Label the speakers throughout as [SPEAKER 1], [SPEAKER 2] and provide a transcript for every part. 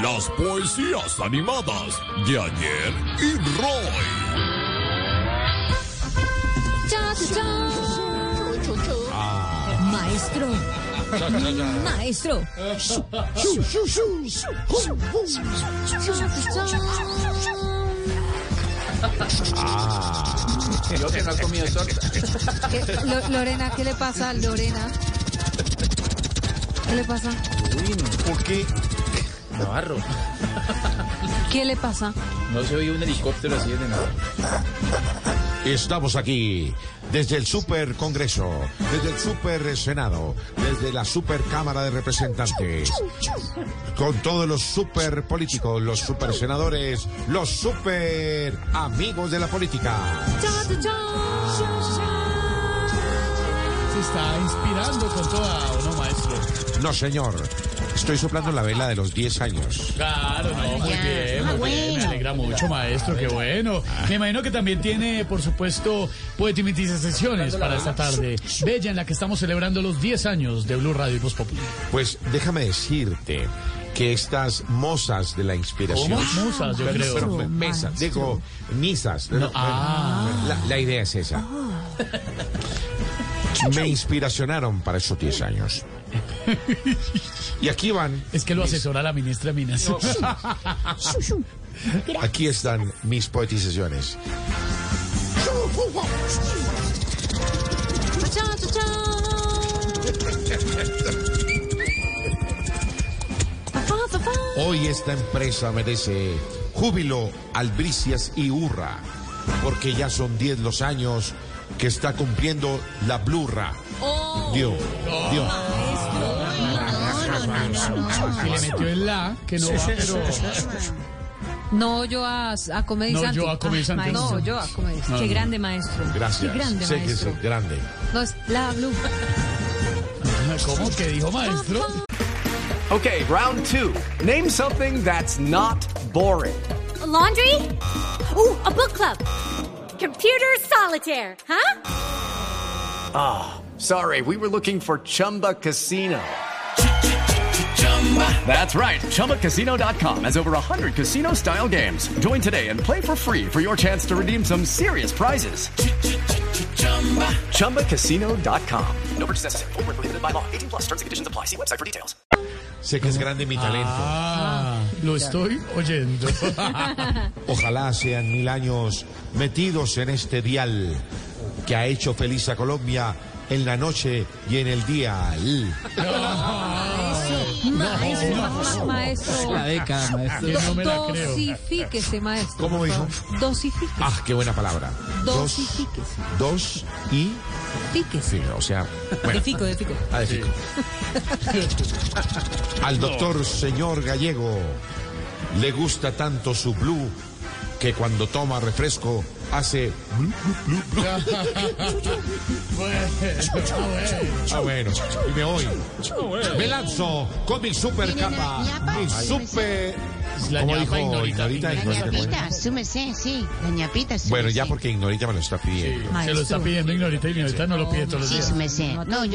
[SPEAKER 1] las poesías animadas de ayer y Roy.
[SPEAKER 2] Cha, cha, cha. Chu, chu, chu. Maestro. Maestro. ¿Qué- Lo- Lorena, ¿qué le pasa a Lorena? ¿Qué le pasa?
[SPEAKER 3] ¿Por qué? Navarro,
[SPEAKER 2] ¿Qué le pasa?
[SPEAKER 3] no se oye un helicóptero así de nada.
[SPEAKER 4] Estamos aquí desde el Super Congreso, desde el Super Senado, desde la Super Cámara de Representantes, con todos los super políticos, los super senadores, los super amigos de la política.
[SPEAKER 2] Cha, cha, cha.
[SPEAKER 5] Se está inspirando con toda, ¿o no, maestro?
[SPEAKER 4] No, señor, estoy soplando la vela de los 10 años.
[SPEAKER 5] Claro, no, muy bien, muy bien. Me alegra mucho, maestro, qué bueno. Me imagino que también tiene, por supuesto, poetimitiza sesiones para esta tarde. Bella, en la que estamos celebrando los 10 años de Blue Radio y Voz Populi.
[SPEAKER 4] Pues déjame decirte que estas mozas de la inspiración...
[SPEAKER 5] Somos musas, yo
[SPEAKER 4] Pero-
[SPEAKER 5] creo.
[SPEAKER 4] pero me- mesas, digo, misas. No, bueno, la, la idea es esa. Me inspiracionaron para esos 10 años. Y aquí van,
[SPEAKER 5] Es que lo asesora la ministra de Minas.
[SPEAKER 4] aquí están mis poetizaciones.
[SPEAKER 2] Cha, cha, cha. Fa, fa, fa, fa.
[SPEAKER 4] Hoy esta empresa merece júbilo, albricias y hurra, porque ya son 10 los años que está cumpliendo la blurra.
[SPEAKER 2] Oh.
[SPEAKER 4] Dios, Dios.
[SPEAKER 5] Y le metió el la, que no va, pero...
[SPEAKER 2] No, yo a, a Comedy
[SPEAKER 5] No,
[SPEAKER 2] Central.
[SPEAKER 5] yo a Comedy
[SPEAKER 2] Ah,
[SPEAKER 5] Central.
[SPEAKER 2] No, yo a Comedy Central. Qué grande maestro.
[SPEAKER 4] Gracias.
[SPEAKER 2] Qué grande
[SPEAKER 4] sé que es
[SPEAKER 2] maestro.
[SPEAKER 4] grande.
[SPEAKER 2] No, es la Blue.
[SPEAKER 5] ¿Cómo que dijo, maestro?
[SPEAKER 6] Okay, round two. Name something that's not boring.
[SPEAKER 7] laundry? Ooh, a book club. Computer solitaire, huh?
[SPEAKER 6] Sorry, we were looking for Chumba Casino. That's right. ChumbaCasino.com has over 100 casino style games. Join today and play for free for your chance to redeem some serious prizes. ChumbaCasino.com. No purchase necessary. Void where prohibited by law. 18 plus terms and conditions apply. See website for details.
[SPEAKER 4] Sé que es grande mi talento.
[SPEAKER 5] Ah, lo estoy oyendo.
[SPEAKER 4] Ojalá sean mil años metidos en este dial que ha hecho feliz a Colombia en la noche y en el día. L.
[SPEAKER 2] Maestro, ma- maestro.
[SPEAKER 3] década, maestro.
[SPEAKER 5] Yo no me la creo.
[SPEAKER 2] Dosifíquese, maestro.
[SPEAKER 4] ¿Cómo
[SPEAKER 2] por
[SPEAKER 4] dijo?
[SPEAKER 2] favor. Dosifíquese.
[SPEAKER 4] Ah, qué buena palabra. Dos,
[SPEAKER 2] Dosifíquese.
[SPEAKER 4] dos y...
[SPEAKER 2] Fíquese.
[SPEAKER 4] sí, o sea, bueno,
[SPEAKER 2] De fico, de fico.
[SPEAKER 4] a decir. Al doctor señor Gallego le gusta tanto su blue que cuando toma refresco hace... blu, blu, blu, blu.
[SPEAKER 5] Pues,
[SPEAKER 4] Ah, bueno, y me voy. Me lanzo con mi super capa, mi super...
[SPEAKER 5] La
[SPEAKER 4] ¿Cómo
[SPEAKER 5] ñapa
[SPEAKER 4] dijo
[SPEAKER 5] ignorita,
[SPEAKER 4] Ignorita?
[SPEAKER 5] ignorita.
[SPEAKER 4] Ignorita, ¿cómo era?
[SPEAKER 7] súmese, sí. Doña Pita,
[SPEAKER 4] Bueno, ya porque Ignorita me lo está pidiendo.
[SPEAKER 5] Se lo está pidiendo Ignorita y Ignorita no lo pide todos los días.
[SPEAKER 7] súmese.
[SPEAKER 2] Todo el mundo. Y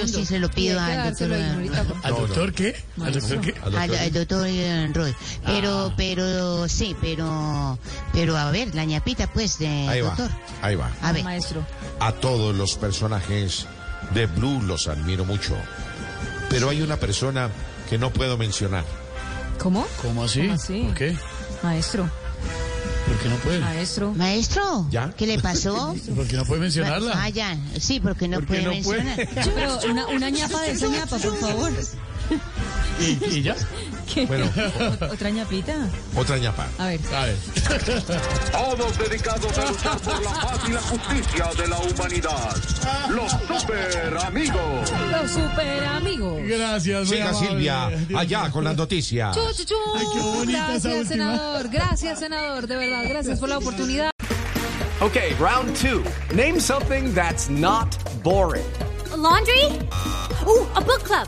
[SPEAKER 2] hay que dárselo de ignorita, por
[SPEAKER 5] ¿Al doctor qué? ¿Al doctor qué?
[SPEAKER 4] Al doctor.
[SPEAKER 7] doctor Roy. Pero,
[SPEAKER 4] Ah.
[SPEAKER 7] pero, sí, pero, pero a ver, la ñapita, pues, de
[SPEAKER 4] Ahí va, ahí va.
[SPEAKER 7] A
[SPEAKER 2] favor, Maestro.
[SPEAKER 4] A todos los personajes de Blue los admiro mucho. Pero hay una persona que no puedo mencionar.
[SPEAKER 2] ¿Cómo?
[SPEAKER 5] ¿Cómo así?
[SPEAKER 2] ¿Cómo así?
[SPEAKER 5] ¿Por qué?
[SPEAKER 2] Maestro.
[SPEAKER 5] ¿Por qué no puede?
[SPEAKER 2] Maestro.
[SPEAKER 7] Maestro,
[SPEAKER 4] ¿Ya?
[SPEAKER 7] ¿qué le pasó?
[SPEAKER 5] ¿Por qué no puede
[SPEAKER 7] Ah,
[SPEAKER 5] mencionarla?
[SPEAKER 7] ya, sí, porque no
[SPEAKER 5] ¿Por qué
[SPEAKER 7] puede
[SPEAKER 5] no
[SPEAKER 7] mencionar.
[SPEAKER 2] Pero una, una ñapa de esa ñapa, por favor.
[SPEAKER 5] ¿Y, y ya?
[SPEAKER 4] Bueno,
[SPEAKER 2] ¿Otra ñapita?
[SPEAKER 4] otra ñapa.
[SPEAKER 2] A ver.
[SPEAKER 5] A ver.
[SPEAKER 1] Todos dedicados a luchar por la paz y la justicia de la humanidad. Los super amigos.
[SPEAKER 2] Los super amigos.
[SPEAKER 5] Gracias, Ah, muy
[SPEAKER 4] Siga
[SPEAKER 5] amable.
[SPEAKER 4] Silvia, allá con las noticias.
[SPEAKER 2] Chu, chu, chu.
[SPEAKER 5] qué bonita esa
[SPEAKER 2] Gracias,
[SPEAKER 5] última.
[SPEAKER 2] senador. Gracias, senador. De verdad, gracias por la oportunidad.
[SPEAKER 6] Okay, round two. Name something that's not boring.
[SPEAKER 7] laundry? Ooh, a book club.